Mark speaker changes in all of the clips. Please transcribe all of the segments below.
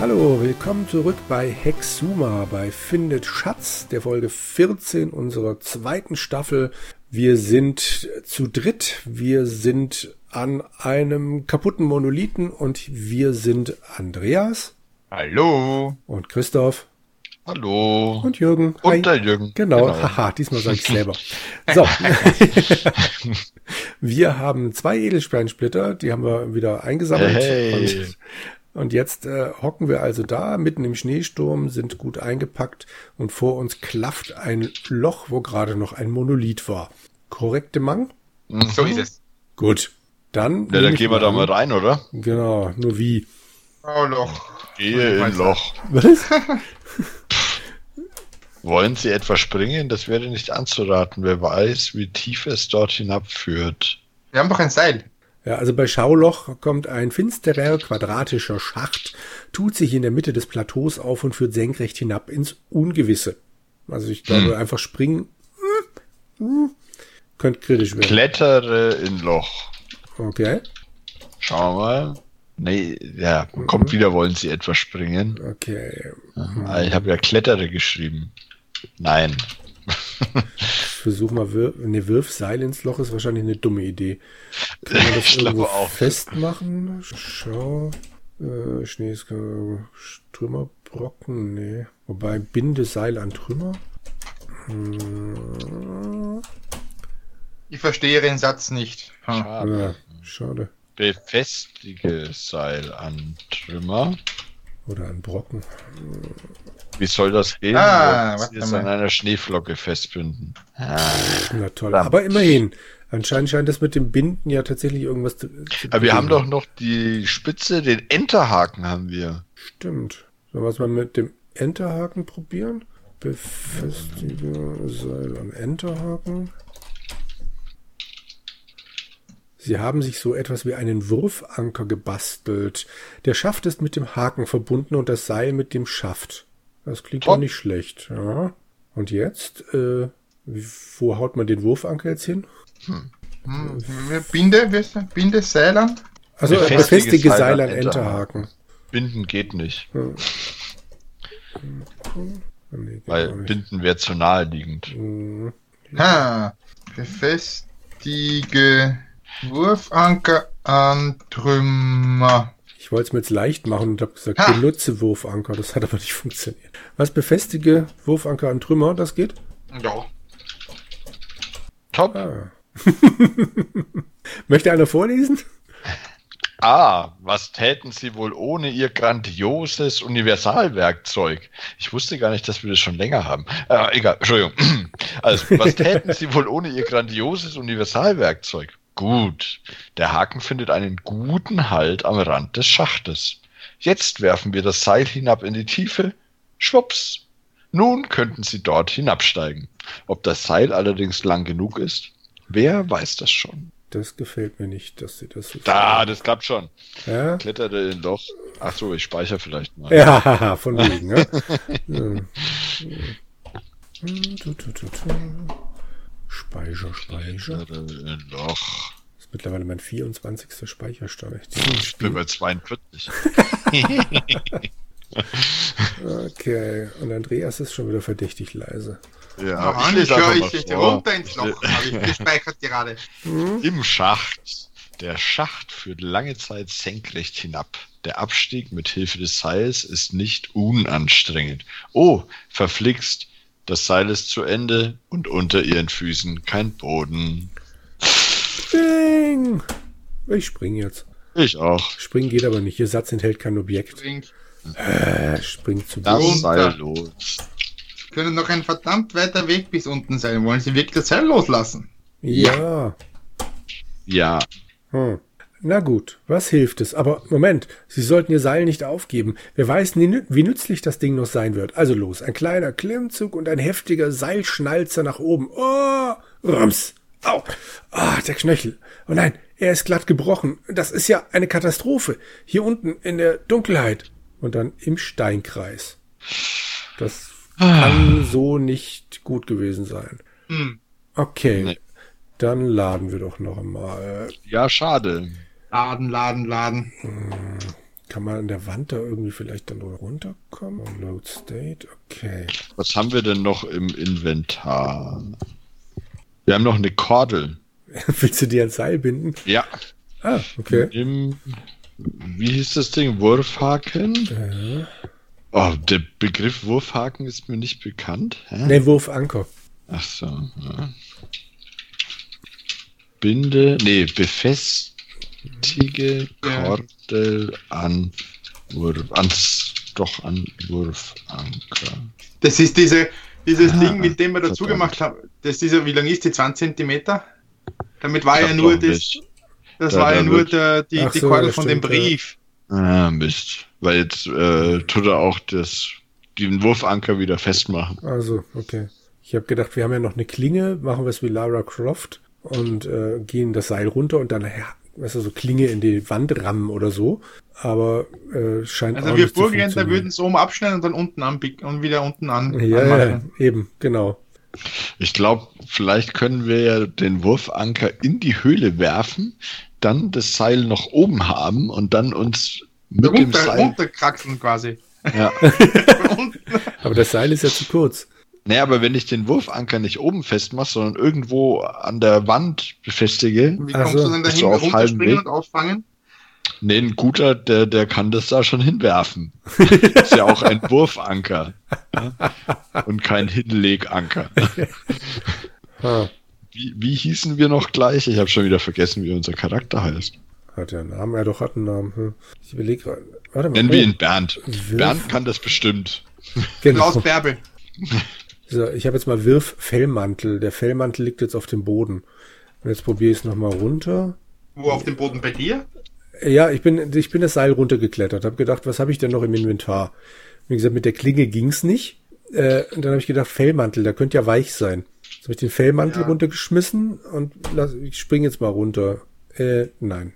Speaker 1: Hallo, willkommen zurück bei Hexuma, bei Findet Schatz, der Folge 14 unserer zweiten Staffel. Wir sind zu dritt, wir sind an einem kaputten Monolithen und wir sind Andreas
Speaker 2: Hallo.
Speaker 1: und Christoph
Speaker 2: Hallo.
Speaker 1: und Jürgen. Hi.
Speaker 2: Und der Jürgen.
Speaker 1: Genau, haha, diesmal sage ich selber. So. wir haben zwei Edelsteinsplitter, die haben wir wieder eingesammelt.
Speaker 2: Hey.
Speaker 1: Und, und jetzt äh, hocken wir also da, mitten im Schneesturm, sind gut eingepackt und vor uns klafft ein Loch, wo gerade noch ein Monolith war. Korrekte Mang?
Speaker 2: Hm,
Speaker 3: So ist es.
Speaker 1: Gut. Dann.
Speaker 2: Ja,
Speaker 1: nehme
Speaker 2: dann
Speaker 1: ich
Speaker 2: gehen wir
Speaker 1: mal
Speaker 2: da
Speaker 1: an-
Speaker 2: mal rein, oder?
Speaker 1: Genau, nur wie.
Speaker 3: Oh, Loch.
Speaker 2: Gehe in Loch.
Speaker 1: Was?
Speaker 2: Wollen Sie etwa springen? Das wäre nicht anzuraten. Wer weiß, wie tief es dort hinabführt.
Speaker 3: Wir haben doch ein Seil.
Speaker 1: Ja, also bei Schauloch kommt ein finsterer quadratischer Schacht, tut sich in der Mitte des Plateaus auf und führt senkrecht hinab ins Ungewisse. Also ich glaube, einfach springen hm, hm, könnte kritisch werden.
Speaker 2: Klettere in Loch.
Speaker 1: Okay,
Speaker 2: Schauen wir mal. Nee, ja,
Speaker 1: Mhm.
Speaker 2: kommt wieder, wollen Sie etwa springen?
Speaker 1: okay. Mhm.
Speaker 2: Ah, Ich habe ja Klettere geschrieben. Nein.
Speaker 1: Versuch mal, wir ne, wirf Seil ins Loch ist wahrscheinlich eine dumme Idee. Kann man das
Speaker 2: Ich glaube
Speaker 1: irgendwo
Speaker 2: auch.
Speaker 1: festmachen? Schau. Äh, Schnee ist kein- Trümmerbrocken, nee. Wobei, binde Seil an Trümmer.
Speaker 3: Ich verstehe Ihren Satz nicht. Hm.
Speaker 2: Schade.
Speaker 1: Ja, schade.
Speaker 2: Befestige Seil an Trümmer.
Speaker 1: Oder an Brocken.
Speaker 2: Wie soll das gehen?
Speaker 3: Ah,
Speaker 2: Wollen Sie
Speaker 3: warte
Speaker 2: es
Speaker 3: mal.
Speaker 2: an einer Schneeflocke festbinden.
Speaker 1: Na toll.
Speaker 2: Verdammt.
Speaker 1: Aber immerhin. Anscheinend scheint das mit dem Binden ja tatsächlich irgendwas zu. zu
Speaker 2: Aber wir haben
Speaker 1: bewegen.
Speaker 2: doch noch die Spitze, den Enterhaken haben wir.
Speaker 1: Stimmt. Sollen wir es mal mit dem Enterhaken probieren? Befestige Seil am Enterhaken. Sie haben sich so etwas wie einen Wurfanker gebastelt. Der Schaft ist mit dem Haken verbunden und das Seil mit dem Schaft. Das klingt doch
Speaker 2: Top.
Speaker 1: nicht schlecht. Ja. Und jetzt, äh, wo haut man den Wurfanker jetzt hin?
Speaker 3: Hm, Wir Binde, wir- binde Seil an.
Speaker 1: Also äh,
Speaker 2: Befestiges
Speaker 1: befestige
Speaker 2: Seil
Speaker 1: Seil
Speaker 2: an
Speaker 1: an Enterhaken.
Speaker 2: Binden geht nicht,
Speaker 1: Ah, nee, geht
Speaker 2: weil
Speaker 1: auch nicht.
Speaker 2: Binden wäre zu naheliegend.
Speaker 1: Hm.
Speaker 3: Ha. Befestige Wurfanker an Trümmer.
Speaker 1: Ich wollte es mir jetzt leicht machen und habe gesagt,
Speaker 3: Ha!
Speaker 1: benutze Wurfanker. Das hat aber nicht funktioniert. Was befestige Wurfanker an Trümmer? Das geht?
Speaker 3: Ja.
Speaker 2: Top.
Speaker 1: Ah. Möchte einer vorlesen?
Speaker 2: Ah, was täten Sie wohl ohne Ihr grandioses Universalwerkzeug? Ich wusste gar nicht, dass wir das schon länger haben. Äh, egal, Entschuldigung. Also, was täten Sie wohl ohne Ihr grandioses Universalwerkzeug? Gut, der Haken findet einen guten Halt am Rand des Schachtes. Jetzt werfen wir das Seil hinab in die Tiefe. Schwupps. Nun könnten Sie dort hinabsteigen. Ob das Seil allerdings lang genug ist, wer weiß das schon.
Speaker 1: Das gefällt mir nicht, dass sie das so
Speaker 2: Da, das klappt schon.
Speaker 1: Ja?
Speaker 2: Kletterte in ein Loch. Ach so, ich speichere vielleicht mal.
Speaker 1: Ja, haha, von wegen, ne? Hm. Hm, tu, tu, tu, tu. Speicher, Speicher.
Speaker 2: Klettere in ein Loch.
Speaker 1: Das ist mittlerweile mein 24. Speicherstand.
Speaker 2: Ich bin bei 42.
Speaker 1: Okay, und Andreas ist schon wieder verdächtig leise.
Speaker 2: Ja,
Speaker 3: Mann, ich
Speaker 2: lese
Speaker 3: höre
Speaker 2: einfach
Speaker 3: ich
Speaker 2: mal
Speaker 3: nicht
Speaker 2: vor.
Speaker 3: runter ins Loch. Habe ich gespeichert gerade.
Speaker 2: Im Schacht. Der Schacht führt lange Zeit senkrecht hinab. Der Abstieg mit Hilfe des Seils ist nicht unanstrengend. Oh, verflixt. Das Seil ist zu Ende und unter ihren Füßen kein Boden.
Speaker 1: Spring! Ich spring jetzt.
Speaker 2: Ich auch.
Speaker 1: Springen geht aber nicht. Ihr Satz enthält kein Objekt.
Speaker 3: Wir
Speaker 1: Äh, springt zu
Speaker 2: Das
Speaker 1: Boden.
Speaker 3: Runter.
Speaker 2: Seil los.
Speaker 3: können noch ein verdammt weiter Weg bis unten sein. Wollen Sie wirklich das Seil loslassen?
Speaker 1: Ja.
Speaker 2: Ja,
Speaker 1: Hm. Na gut, was hilft es? Aber Moment, Sie sollten Ihr Seil nicht aufgeben. Wer weiß, nie, wie nützlich das Ding noch sein wird. Also los, ein kleiner Klimmzug und ein heftiger Seilschnalzer nach oben. Oh, rums. Au. Ah, der Knöchel. Oh nein, er ist glatt gebrochen. Das ist ja eine Katastrophe. Hier unten in der Dunkelheit. Und dann im Steinkreis. Das kann so nicht gut gewesen sein. Okay. Dann laden wir doch noch mal.
Speaker 2: ja, schade.
Speaker 3: Laden, laden, laden.
Speaker 1: Kann man an der Wand da irgendwie vielleicht dann runterkommen? Download State, okay.
Speaker 2: Was haben wir denn noch im Inventar? Wir haben noch eine Kordel.
Speaker 1: Willst du dir ein Seil binden?
Speaker 2: Ja.
Speaker 1: Ah, okay.
Speaker 2: Im, wie hieß das Ding? Wurfhaken?
Speaker 3: Mhm.
Speaker 1: Äh,
Speaker 2: Oh, der Begriff Wurfhaken ist mir nicht bekannt. Hä?
Speaker 1: ne, Wurfanker.
Speaker 2: Ach so. Ja. Binde, nee, befestige Kordel an Wurf, ans, doch an Wurfanker.
Speaker 3: Das ist diese, dieses
Speaker 2: Ah,
Speaker 3: Ding, mit dem wir dazu
Speaker 2: verdammt.
Speaker 3: gemacht haben. Das ist ja, wie lang ist die? 20 Zentimeter? Damit war
Speaker 2: Ich
Speaker 3: Ah ja
Speaker 2: hab
Speaker 3: nur
Speaker 2: doch
Speaker 3: das,
Speaker 2: nicht-
Speaker 3: das
Speaker 2: Da-
Speaker 3: war
Speaker 2: da
Speaker 3: ja nur
Speaker 2: wird-
Speaker 3: der, die,
Speaker 1: Ach
Speaker 3: die
Speaker 1: so,
Speaker 3: Kordel
Speaker 1: das
Speaker 3: von dem
Speaker 1: stimmt, ja.
Speaker 3: Brief.
Speaker 2: Ah, Mist. Weil jetzt äh, tut er auch das, den Wurfanker wieder festmachen.
Speaker 1: Also, okay. Ich habe gedacht, wir haben ja noch eine Klinge, machen wir es wie Lara Croft und äh, gehen das Seil runter und dann, ja, weißt du, so Klinge in die Wand rammen oder so. Aber äh, scheint
Speaker 3: Also
Speaker 1: auch
Speaker 3: wir
Speaker 1: nicht zu
Speaker 3: Burgenländer
Speaker 1: funktionieren.
Speaker 3: würden es oben abschneiden und dann unten anbiegen und wieder unten an.
Speaker 1: Ja, ja,
Speaker 3: anmachen.
Speaker 1: eben, genau.
Speaker 2: Ich glaube, vielleicht können wir ja den Wurfanker in die Höhle werfen, dann das Seil noch oben haben und dann uns mit dem
Speaker 3: Runter,
Speaker 2: Seil.
Speaker 3: runterkraxeln quasi.
Speaker 2: Ja.
Speaker 1: Aber das Seil ist ja zu kurz.
Speaker 2: Naja, aber wenn ich den Wurfanker nicht oben festmache, sondern irgendwo an der Wand befestige,
Speaker 3: Wie
Speaker 1: Ach
Speaker 3: kommst
Speaker 1: so.
Speaker 3: du denn
Speaker 2: Bist
Speaker 3: dahin?
Speaker 2: du auf halbem
Speaker 3: Runterspringen
Speaker 2: Weg?
Speaker 3: und auffangen?
Speaker 2: nee, ein guter, der, der kann das da schon hinwerfen. ist ja auch ein Wurfanker. Ja? Und kein Hinleganker.
Speaker 1: Ha,
Speaker 2: Wie, wie hießen wir noch gleich? Ich habe schon wieder vergessen, wie unser Charakter heißt.
Speaker 1: hat ja einen Namen, ja doch, hat einen Namen. Hm. Ich überlege gerade. Warte mal. oh,
Speaker 2: Nennen wir ihn Bernd.
Speaker 1: Wirf-
Speaker 2: Bernd kann das bestimmt.
Speaker 1: Genau.
Speaker 3: Klaus Bärbel.
Speaker 1: So, ich habe jetzt mal Wirf Fellmantel. Der Fellmantel liegt jetzt auf dem Boden. Und jetzt probiere ich es nochmal runter.
Speaker 3: Wo auf dem Boden bei dir?
Speaker 1: Ja, ich bin, ich bin das Seil runtergeklettert, habe gedacht, was habe ich denn noch im Inventar? Wie gesagt, mit der Klinge ging's nicht. Äh, und dann habe ich gedacht, Fellmantel, der könnte ja weich sein. Jetzt habe ich den Fellmantel
Speaker 3: Ja.
Speaker 1: runtergeschmissen und lass, ich springe jetzt mal runter. Äh, nein.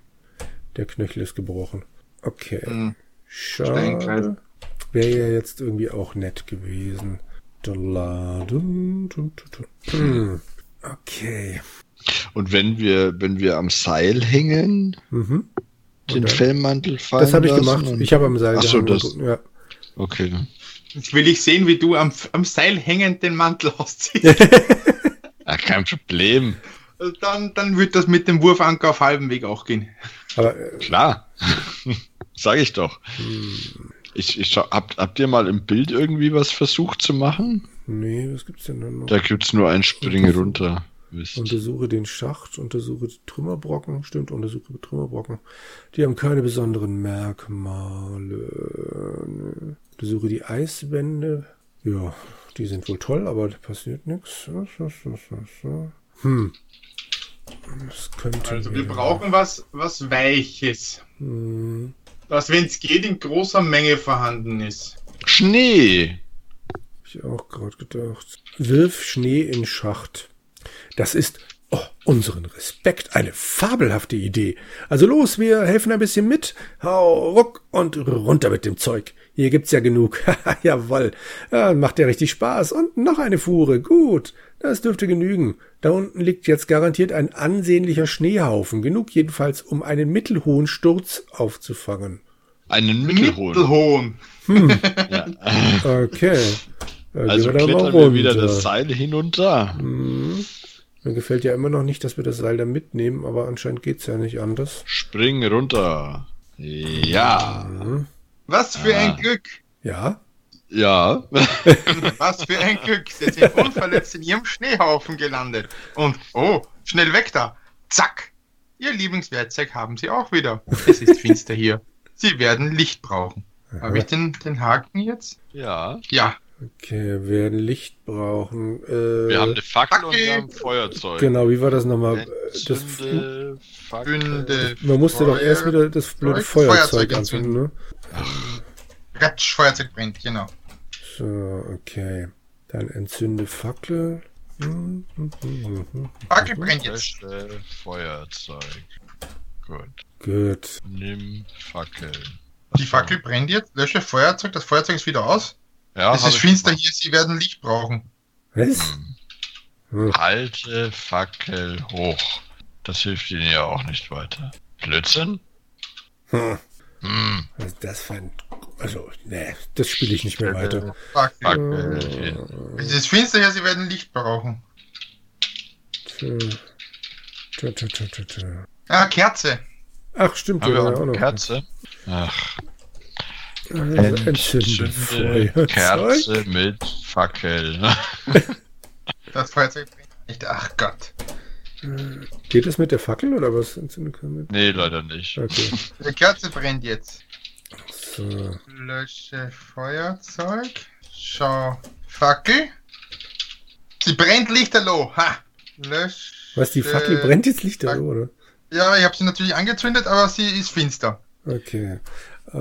Speaker 1: Der Knöchel ist gebrochen. Okay.
Speaker 2: Hm.
Speaker 3: Steinkreis.
Speaker 1: Schade. Wäre ja jetzt irgendwie auch nett gewesen. Dalla, dun, dun, dun, dun. Hm. Okay.
Speaker 2: Und wenn wir, wenn wir am Seil hängen,
Speaker 1: Mhm.
Speaker 2: den Fellmantel fallen
Speaker 1: Das habe ich
Speaker 2: lassen
Speaker 1: gemacht.
Speaker 2: und-
Speaker 1: Ich habe am Seil
Speaker 2: Ach so,
Speaker 1: gehangen.
Speaker 2: das.
Speaker 1: Ja.
Speaker 2: Okay. ne?
Speaker 3: Jetzt will ich sehen, wie du am, am Seil hängend den Mantel ausziehst.
Speaker 2: Ja, kein Problem.
Speaker 3: Also dann, dann wird das mit dem Wurfanker auf halbem Weg auch gehen.
Speaker 1: Aber äh,
Speaker 2: Klar. Sag ich doch. Ich, ich schau, habt, habt ihr mal im Bild irgendwie was versucht zu machen?
Speaker 1: nee, was gibt's denn dann noch?
Speaker 2: Da gibt's nur ein Springen runter. Mist.
Speaker 1: Untersuche den Schacht, untersuche die Trümmerbrocken. Stimmt, untersuche die Trümmerbrocken. Die haben keine besonderen Merkmale. Nö. Untersuche die Eiswände. Ja, die sind wohl toll, aber da passiert nichts. So, so, so, so, so. Hm. Das könnte.
Speaker 3: Also wir
Speaker 1: ja-
Speaker 3: brauchen was, was Weiches.
Speaker 1: Hm.
Speaker 3: Was, wenn es geht, in großer Menge vorhanden ist.
Speaker 2: Schnee!
Speaker 1: Hab ich auch gerade gedacht. Wirf Schnee in Schacht. Das ist oh, unseren Respekt. Eine fabelhafte Idee. Also los, wir helfen ein bisschen mit. Hau ruck und runter mit dem Zeug. Hier gibt's ja genug. Haha, Jawoll. Ja, macht ja richtig Spaß. Und noch eine Fuhre. Gut. Das dürfte genügen. Da unten liegt jetzt garantiert ein ansehnlicher Schneehaufen. Genug jedenfalls, um einen mittelhohen Sturz aufzufangen.
Speaker 2: Einen Mittelhohn.
Speaker 3: Mittelhohn.
Speaker 1: Okay. Da gehen
Speaker 2: Also
Speaker 1: wir da mal
Speaker 2: klettern wir wieder
Speaker 1: runter.
Speaker 2: das Seil hinunter.
Speaker 1: Mhm. Mir gefällt ja immer noch nicht, dass wir das Seil da mitnehmen, aber anscheinend geht's ja nicht anders.
Speaker 2: Spring runter. Ja.
Speaker 3: Was für ein Glück.
Speaker 1: Mhm. Ja,
Speaker 2: Ja.
Speaker 3: Was für ein Glück. Sie sind unverletzt in ihrem Schneehaufen gelandet. Und, oh, schnell weg da. Zack. Ihr Lieblingswerkzeug haben sie auch wieder. Es ist finster hier. Sie werden Licht brauchen. Habe ich den, den Haken jetzt?
Speaker 2: Ja.
Speaker 3: Ja.
Speaker 1: okay, wir werden Licht brauchen. Äh,
Speaker 2: Wir haben eine Fackel und wir
Speaker 3: Fackel.
Speaker 2: haben ein Feuerzeug.
Speaker 1: genau, wie war das nochmal? Äh, Das,
Speaker 2: Zünde, Fackel.
Speaker 3: Bünde.
Speaker 1: man musste doch erst
Speaker 3: Feuer-
Speaker 1: wieder das blöde
Speaker 3: Zeug-
Speaker 1: Feuerzeug
Speaker 3: Feuerzeug
Speaker 1: anzünden, ne?
Speaker 3: Ratsch, Feuerzeug brennt, genau.
Speaker 1: So, okay. Dann entzünde Fackel. Hm, hm, hm, hm, hm.
Speaker 3: Fackel brennt jetzt.
Speaker 2: Feste Feuerzeug. Gut.
Speaker 1: Gut.
Speaker 2: Nimm Fackel.
Speaker 3: Die Fackel brennt jetzt. Lösche Feuerzeug. Das Feuerzeug ist wieder aus.
Speaker 2: Ja,
Speaker 3: es
Speaker 2: hab
Speaker 3: ist
Speaker 2: ich
Speaker 3: finster
Speaker 2: gemacht.
Speaker 3: hier. Sie werden Licht brauchen.
Speaker 1: Was?
Speaker 2: Halte Fackel hoch. Das hilft Ihnen ja auch nicht weiter. Blödsinn?
Speaker 1: Hm. Also das fand. Also, nee, das spiele ich nicht mehr weiter.
Speaker 3: Fuck.
Speaker 2: Fuck.
Speaker 3: Es ist finster, ja, sie werden Licht brauchen.
Speaker 1: Tja. Tja, tja, tja, tja, tja.
Speaker 3: Ah, Kerze.
Speaker 1: Ach, stimmt,
Speaker 2: Haben
Speaker 1: ja,
Speaker 2: wir auch
Speaker 1: auch
Speaker 2: eine
Speaker 1: noch.
Speaker 2: Kerze? Ach,
Speaker 1: Äh, Entzünden.
Speaker 2: Zünde,
Speaker 1: Feuerzeug.
Speaker 2: Kerze mit Fackel. ne?
Speaker 3: Das Feuerzeug brennt nicht. Ach Gott.
Speaker 1: Geht es mit der Fackel oder was? Entzünden können wir-
Speaker 2: nee, leider nicht.
Speaker 1: Okay.
Speaker 3: Die Kerze brennt jetzt.
Speaker 1: So.
Speaker 3: Lösche Feuerzeug. Schau. Fackel. Sie brennt lichterloh. Ha. Lösche.
Speaker 1: Was, die
Speaker 2: Äh,
Speaker 1: Fackel brennt jetzt lichterloh, oder?
Speaker 3: Ja, ich habe sie natürlich angezündet, aber sie ist finster.
Speaker 1: Okay.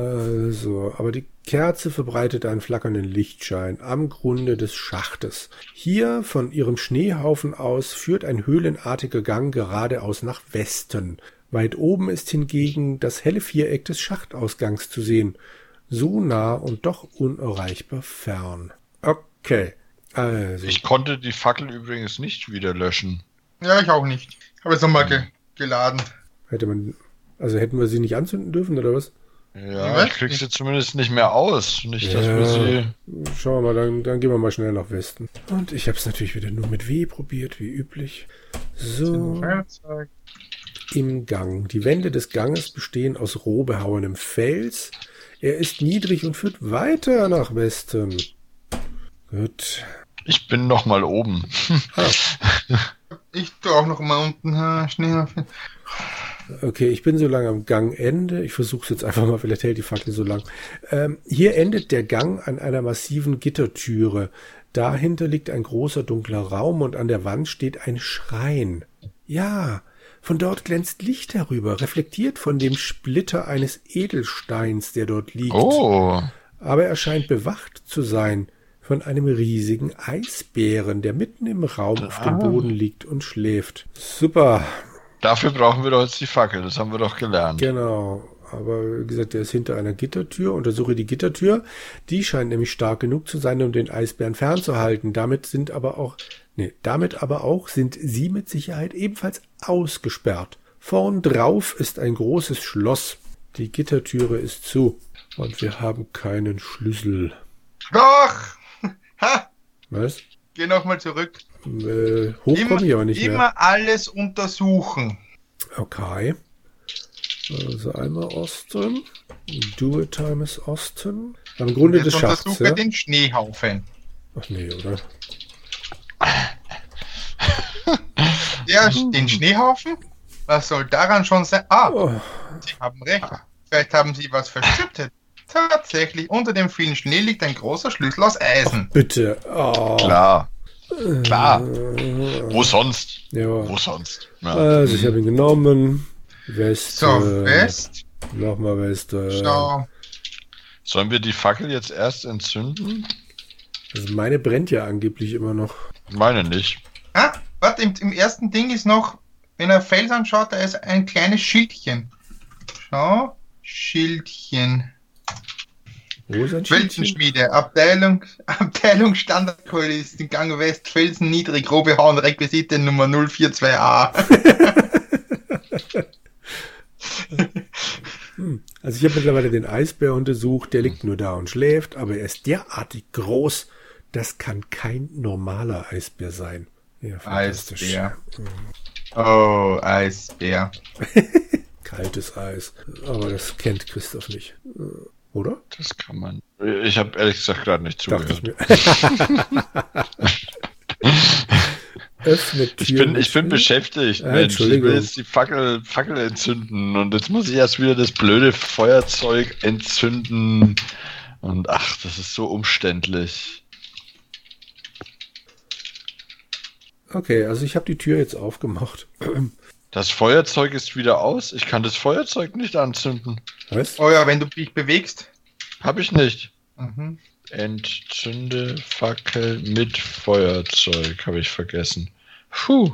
Speaker 1: Also, aber die Kerze verbreitet einen flackernden Lichtschein am Grunde des Schachtes. Hier von ihrem Schneehaufen aus führt ein höhlenartiger Gang geradeaus nach Westen. Weit oben ist hingegen das helle Viereck des Schachtausgangs zu sehen. So nah und doch unerreichbar fern. Okay. Also,
Speaker 2: Ich konnte die Fackel übrigens nicht wieder löschen.
Speaker 3: Ja, ich auch nicht. Habe jetzt nochmal ge geladen.
Speaker 1: hätte man, also hätten wir sie nicht anzünden dürfen, oder was?
Speaker 2: Ja, ich krieg sie zumindest nicht mehr aus. Nicht, dass wir sie.
Speaker 1: Schauen wir mal, dann, dann gehen wir mal schnell nach Westen. Und ich habe es natürlich wieder nur mit W probiert, wie üblich. So,
Speaker 3: Feuerzeug.
Speaker 1: im Gang. Die Wände des Ganges bestehen aus roh behauenem Fels. Er ist niedrig und führt weiter nach Westen. Gut.
Speaker 2: Ich bin noch mal oben.
Speaker 1: Ah,
Speaker 3: Ich tu auch noch mal unten äh, Schnee auf.
Speaker 1: Okay, ich bin so lange am Gangende. Ich versuche es jetzt einfach mal, vielleicht hält die Fackel so lang. Ähm, hier endet der Gang an einer massiven Gittertüre. Dahinter liegt ein großer dunkler Raum und an der Wand steht ein Schrein. Ja, von dort glänzt Licht herüber, reflektiert von dem Splitter eines Edelsteins, der dort liegt.
Speaker 2: Oh,
Speaker 1: Aber er scheint bewacht zu sein von einem riesigen Eisbären, der mitten im Raum auf dem Boden liegt und schläft. Super.
Speaker 2: dafür brauchen wir doch jetzt die Fackel. Das haben wir doch gelernt.
Speaker 1: Genau. Aber wie gesagt, der ist hinter einer Gittertür. Untersuche die Gittertür. Die scheint nämlich stark genug zu sein, um den Eisbären fernzuhalten. Damit sind aber auch, nee, damit aber auch sind sie mit Sicherheit ebenfalls ausgesperrt. Vorn drauf ist ein großes Schloss. Die Gittertüre ist zu. Und wir haben keinen Schlüssel.
Speaker 3: Doch! Ha!
Speaker 1: Was?
Speaker 3: Geh nochmal zurück.
Speaker 1: Äh, hoch
Speaker 3: Immer,
Speaker 1: komme ich aber nicht
Speaker 3: immer
Speaker 1: mehr.
Speaker 3: alles untersuchen.
Speaker 1: Okay. Also einmal Osten. Do it time is Osten. Am Grunde des
Speaker 3: Jetzt
Speaker 1: Schachts,
Speaker 3: untersuche
Speaker 1: ja?
Speaker 3: den Schneehaufen.
Speaker 1: Ach nee, oder?
Speaker 3: Ja, den Schneehaufen? Was soll daran schon sein? Ah,
Speaker 1: Oh,
Speaker 3: Sie haben recht. Vielleicht haben Sie was verschüttet. Tatsächlich, unter dem vielen Schnee liegt ein großer Schlüssel aus Eisen.
Speaker 1: bitte. Oh,
Speaker 2: Klar. Klar. Wo sonst?
Speaker 1: Äh, ja.
Speaker 2: Wo sonst? Ja.
Speaker 1: Also ich habe ihn genommen. West.
Speaker 3: So, West,
Speaker 1: Nochmal West. äh,
Speaker 3: schau.
Speaker 2: Sollen wir die Fackel jetzt erst entzünden?
Speaker 1: Also meine brennt ja angeblich immer noch.
Speaker 2: Ich Meine nicht.
Speaker 3: Ah, warte, im, im ersten Ding ist noch, wenn er Fels anschaut, da ist ein kleines Schildchen. Schau, Schildchen.
Speaker 1: Wo ist ein Schildchen?
Speaker 3: Weltenschmiede, Abteilung, Abteilung Standardkoalition, Gang West, Felsen niedrig, Robehauen, Requisite Nummer 042a.
Speaker 1: Also ich habe mittlerweile den Eisbär untersucht. Der liegt nur da und schläft, aber er ist derartig groß. Das kann kein normaler Eisbär sein. Ja, fantastisch.
Speaker 3: Eisbär. Oh, Eisbär.
Speaker 1: Kaltes Eis. Aber das kennt Christoph nicht. Äh, Oder?
Speaker 2: Das kann man. Ich habe ehrlich gesagt gerade nicht
Speaker 1: Dachte ich
Speaker 2: zugehört.
Speaker 1: mir. Öffne
Speaker 2: Ich
Speaker 1: Tür
Speaker 2: bin, ich bin
Speaker 1: nicht.
Speaker 2: beschäftigt.
Speaker 1: Ah,
Speaker 2: Mensch, ich
Speaker 1: Entschuldigung.
Speaker 2: will jetzt die Fackel, Fackel entzünden und jetzt muss ich erst wieder das blöde Feuerzeug entzünden. Und ach, das ist so umständlich.
Speaker 1: Okay, also ich habe die Tür jetzt aufgemacht.
Speaker 2: Das Feuerzeug ist wieder aus. Ich kann das Feuerzeug nicht anzünden.
Speaker 1: Was?
Speaker 3: Oh ja, wenn du dich bewegst.
Speaker 2: Hab ich nicht.
Speaker 3: Mhm.
Speaker 2: Entzünde Fackel mit Feuerzeug. Habe ich vergessen. Puh.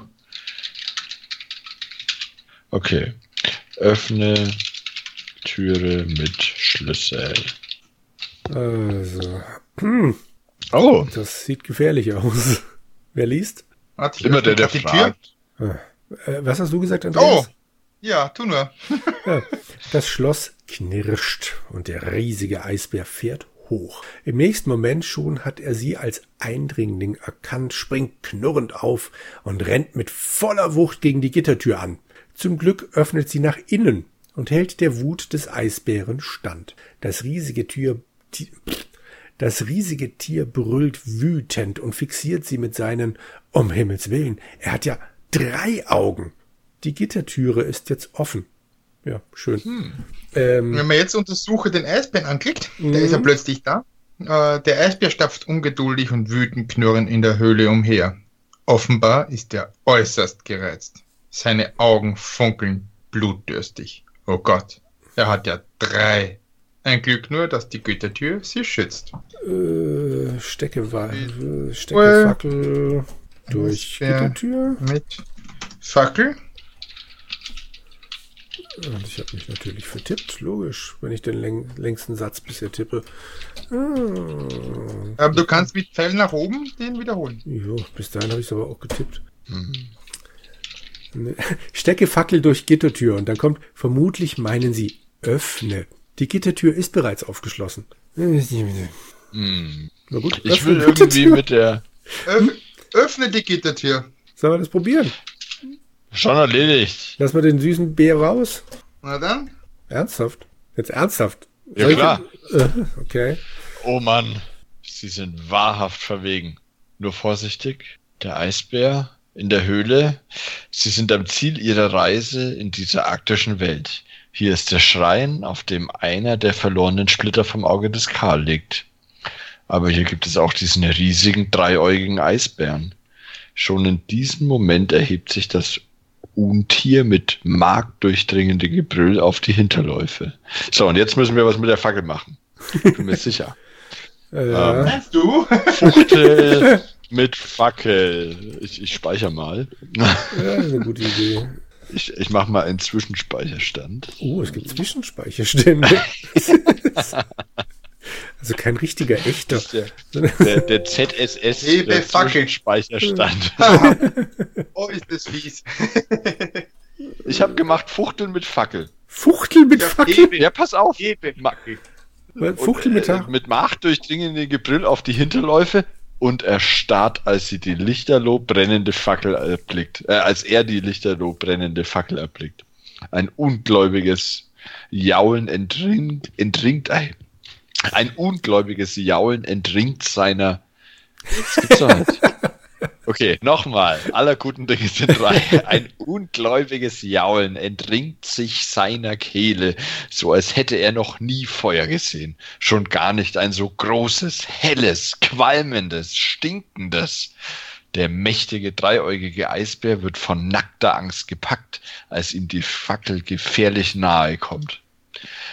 Speaker 2: Okay. Öffne Türe mit Schlüssel.
Speaker 1: Also,
Speaker 2: Oh.
Speaker 1: das sieht gefährlich aus. Wer liest?
Speaker 3: Warte, ich
Speaker 2: Immer
Speaker 3: öffne
Speaker 2: der, der
Speaker 3: grad die Tür.
Speaker 2: fragt.
Speaker 1: Äh, was hast du gesagt,
Speaker 3: Oh,
Speaker 1: Andreas?
Speaker 3: Ja, tu nur.
Speaker 1: Ja, das Schloss knirscht und der riesige Eisbär fährt hoch. Im nächsten Moment schon hat er sie als Eindringling erkannt, springt knurrend auf und rennt mit voller Wucht gegen die Gittertür an. Zum Glück öffnet sie nach innen und hält der Wut des Eisbären stand. Das riesige Tier, Ti- das riesige Tier brüllt wütend und fixiert sie mit seinen, um Himmels Willen, er hat ja drei Augen. Die Gittertüre ist jetzt offen. Ja, schön. Ähm,
Speaker 3: Wenn man jetzt Untersuche den Eisbären anklickt, der ist ja plötzlich da. Äh, der Eisbär stapft ungeduldig und wütend knurrend in der Höhle umher. Offenbar ist er äußerst gereizt. Seine Augen funkeln blutdürstig. Oh Gott, er hat ja drei. Ein Glück nur, dass die Gütertür sie schützt.
Speaker 1: Äh, Stecke, wa- äh, Steckefackel durch
Speaker 3: Ja.
Speaker 1: Gittertür.
Speaker 3: Mit Fackel.
Speaker 1: Und ich habe mich natürlich vertippt, logisch, wenn ich den läng längsten Satz bisher tippe. Ah,
Speaker 3: Aber Ähm, du kannst mit Pfeil nach oben den wiederholen.
Speaker 1: jo, bis dahin habe ich es aber auch getippt.
Speaker 2: Mhm.
Speaker 1: Ne. Stecke Fackel durch Gittertür und dann kommt, vermutlich meinen sie, öffne. Die Gittertür ist bereits aufgeschlossen. Na gut,
Speaker 2: Mhm. Ich
Speaker 1: öffne
Speaker 2: will
Speaker 1: die
Speaker 2: irgendwie
Speaker 1: Gittertür.
Speaker 2: mit der.
Speaker 3: Öff öffne die Gittertür.
Speaker 1: Sollen wir das probieren?
Speaker 2: Schon erledigt.
Speaker 1: Lass mal den süßen Bär raus.
Speaker 3: Na dann.
Speaker 1: Ernsthaft? Jetzt ernsthaft?
Speaker 2: Ja,
Speaker 1: Soll ich-
Speaker 2: klar.
Speaker 1: Äh, okay.
Speaker 2: Oh Mann, sie sind wahrhaft verwegen. Nur vorsichtig, der Eisbär in der Höhle. Sie sind am Ziel ihrer Reise in dieser arktischen Welt. Hier ist der Schrein, auf dem einer der verlorenen Splitter vom Auge des Karl liegt. Aber hier gibt es auch diesen riesigen, dreiäugigen Eisbären. Schon in diesem Moment erhebt sich das Untier mit markdurchdringendem Gebrüll auf die Hinterläufe. So, und jetzt müssen wir was mit der Fackel machen. Ich bin mir sicher. Ähm.
Speaker 1: Äh, ja.
Speaker 3: Meinst du?
Speaker 2: Fuchtel mit Fackel. Ich, ich speichere mal.
Speaker 1: Ja, eine gute Idee.
Speaker 2: Ich, ich mache mal einen Zwischenspeicherstand.
Speaker 1: Oh, es gibt Zwischenspeicherstände. also kein richtiger, echter.
Speaker 2: Der, der, der ZSS
Speaker 3: Liebe
Speaker 2: der
Speaker 3: Fackel.
Speaker 2: Zwischenspeicherstand.
Speaker 3: oh, ist das fies.
Speaker 2: Ich habe gemacht Fuchteln mit Fackel.
Speaker 1: Fuchtel mit Fackel.
Speaker 2: Ja, pass auf. Ma-
Speaker 1: Fuchtel mit
Speaker 2: äh,
Speaker 1: Fackel.
Speaker 2: mit Macht durchdringen den Gebrüll auf die Hinterläufe und erstarrt, als sie die lichterloh brennende Fackel erblickt. Äh, als er die lichterloh brennende Fackel erblickt. Ein ungläubiges Jaulen entringt, entringt ein, ein ungläubiges Jaulen entringt seiner. Das gibt's doch nicht. Okay, nochmal. Aller guten Dinge sind drei. Ein ungläubiges Jaulen entringt sich seiner Kehle, so als hätte er noch nie Feuer gesehen. Schon gar nicht ein so großes, helles, qualmendes, stinkendes. Der mächtige, dreiäugige Eisbär wird von nackter Angst gepackt, als ihm die Fackel gefährlich nahe kommt.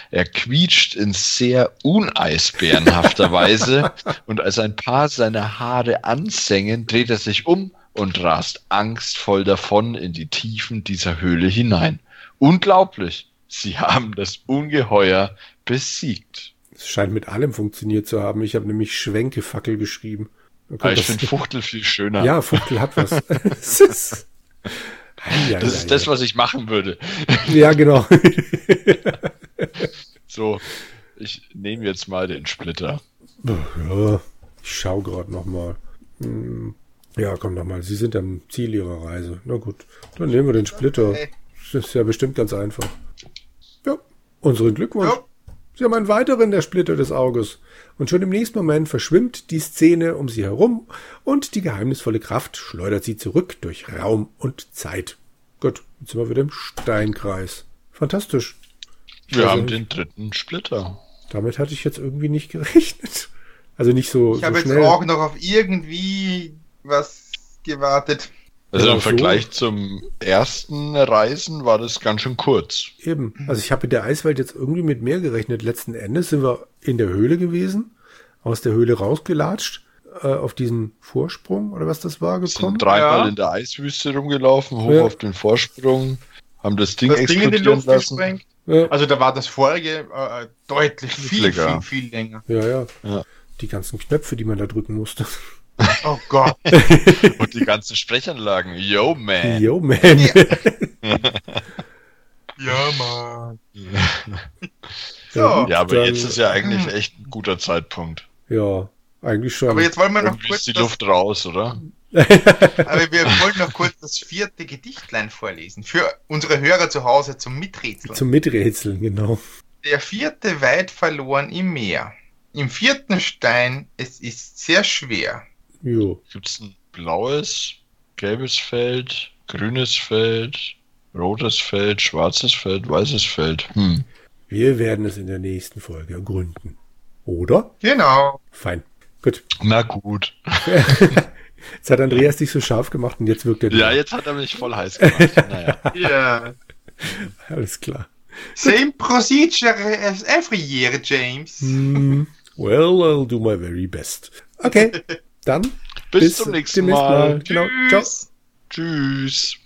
Speaker 2: Er quietscht in sehr uneisbärenhafter Weise und als ein paar seiner Haare ansengen, dreht er sich um und rast angstvoll davon in die Tiefen dieser Höhle hinein. Unglaublich, sie haben das Ungeheuer besiegt.
Speaker 1: äh, Es scheint mit allem funktioniert zu haben. Ich habe nämlich Schwenkefackel geschrieben. Dann kommt
Speaker 2: Aber Ah, ich
Speaker 1: das-
Speaker 2: finde Fuchtel viel schöner.
Speaker 1: ja, Fuchtel hat was. Es ist- Ei, ei,
Speaker 2: das
Speaker 1: ei,
Speaker 2: ist das,
Speaker 1: ei.
Speaker 2: was ich machen würde.
Speaker 1: Ja, genau.
Speaker 2: So, ich nehme jetzt mal den Splitter.
Speaker 1: Ja, ich schau gerade nochmal. Hm, Ja, komm doch mal. Sie sind am Ziel Ihrer Reise. Na gut, dann nehmen wir den Splitter. Das ist ja bestimmt ganz einfach. Ja, unseren Glückwunsch.
Speaker 3: Ja.
Speaker 1: Sie haben einen weiteren der Splitter des Auges. Und schon im nächsten Moment verschwimmt die Szene um sie herum und die geheimnisvolle Kraft schleudert sie zurück durch Raum und Zeit. Gut, jetzt sind wir wieder im Steinkreis. Fantastisch.
Speaker 2: Wir
Speaker 1: Also-
Speaker 2: haben den dritten Splitter.
Speaker 1: Damit hatte ich jetzt irgendwie nicht gerechnet. Also nicht so,
Speaker 3: Ich
Speaker 1: so
Speaker 3: habe jetzt
Speaker 1: schnell.
Speaker 3: auch noch auf irgendwie was gewartet.
Speaker 2: Also
Speaker 1: Ja,
Speaker 2: im
Speaker 1: so.
Speaker 2: Vergleich zum ersten Reisen war das ganz schön kurz.
Speaker 1: Eben. Also ich habe in der Eiswelt jetzt irgendwie mit mehr gerechnet. Letzten Endes sind wir in der Höhle gewesen, aus der Höhle rausgelatscht, äh, auf diesen Vorsprung oder was das war gekommen.
Speaker 2: Sind dreimal
Speaker 3: Ja.
Speaker 2: in der Eiswüste rumgelaufen, hoch
Speaker 1: Ja.
Speaker 2: auf den Vorsprung, haben das Ding
Speaker 3: Das Ding in
Speaker 2: explodieren
Speaker 3: die Luft
Speaker 2: lassen.
Speaker 3: gesprengt.
Speaker 1: Ja.
Speaker 3: Also da war das vorige äh, deutlich viel,
Speaker 2: Länger.
Speaker 3: viel, viel länger.
Speaker 1: Ja, ja,
Speaker 2: Ja.
Speaker 1: Die ganzen Knöpfe, die man da drücken musste.
Speaker 3: Oh Gott.
Speaker 2: Und die ganzen Sprechanlagen. Yo, man.
Speaker 1: Yo, man.
Speaker 3: Ja, Mann.
Speaker 1: Ja,
Speaker 3: So,
Speaker 1: gut,
Speaker 2: Ja, aber
Speaker 1: dann-
Speaker 2: jetzt ist ja eigentlich echt ein guter Zeitpunkt.
Speaker 1: Ja, eigentlich schon.
Speaker 3: aber jetzt wollen wir noch
Speaker 2: Irgendwie
Speaker 3: kurz
Speaker 2: ist die
Speaker 3: das,
Speaker 2: Luft raus, oder?
Speaker 3: aber wir wollen noch kurz das vierte Gedichtlein vorlesen. Für unsere Hörer zu Hause zum Miträtseln.
Speaker 1: Zum Miträtseln, genau.
Speaker 3: Der vierte weit verloren im Meer. Im vierten Stein, es ist sehr schwer.
Speaker 1: Jo.
Speaker 2: Gibt's ein blaues, gelbes Feld, grünes Feld, rotes Feld, schwarzes Feld, weißes Feld? Hm.
Speaker 1: Wir werden es in der nächsten Folge ergründen. Oder?
Speaker 3: Genau.
Speaker 1: Fein. Gut.
Speaker 2: Na gut.
Speaker 1: Jetzt hat Andreas dich so scharf gemacht und jetzt wirkt er
Speaker 2: Ja, jetzt hat er mich voll heiß gemacht. Naja.
Speaker 3: Yeah.
Speaker 1: Alles klar.
Speaker 3: Same procedure as every year, James.
Speaker 2: Hm.
Speaker 1: Mm, well, I'll do my very best. Okay, dann
Speaker 2: Bis, zum nächsten
Speaker 1: demnächst
Speaker 2: Mal.
Speaker 1: Genau. Ciao.
Speaker 3: Tschüss.
Speaker 2: Tschüss.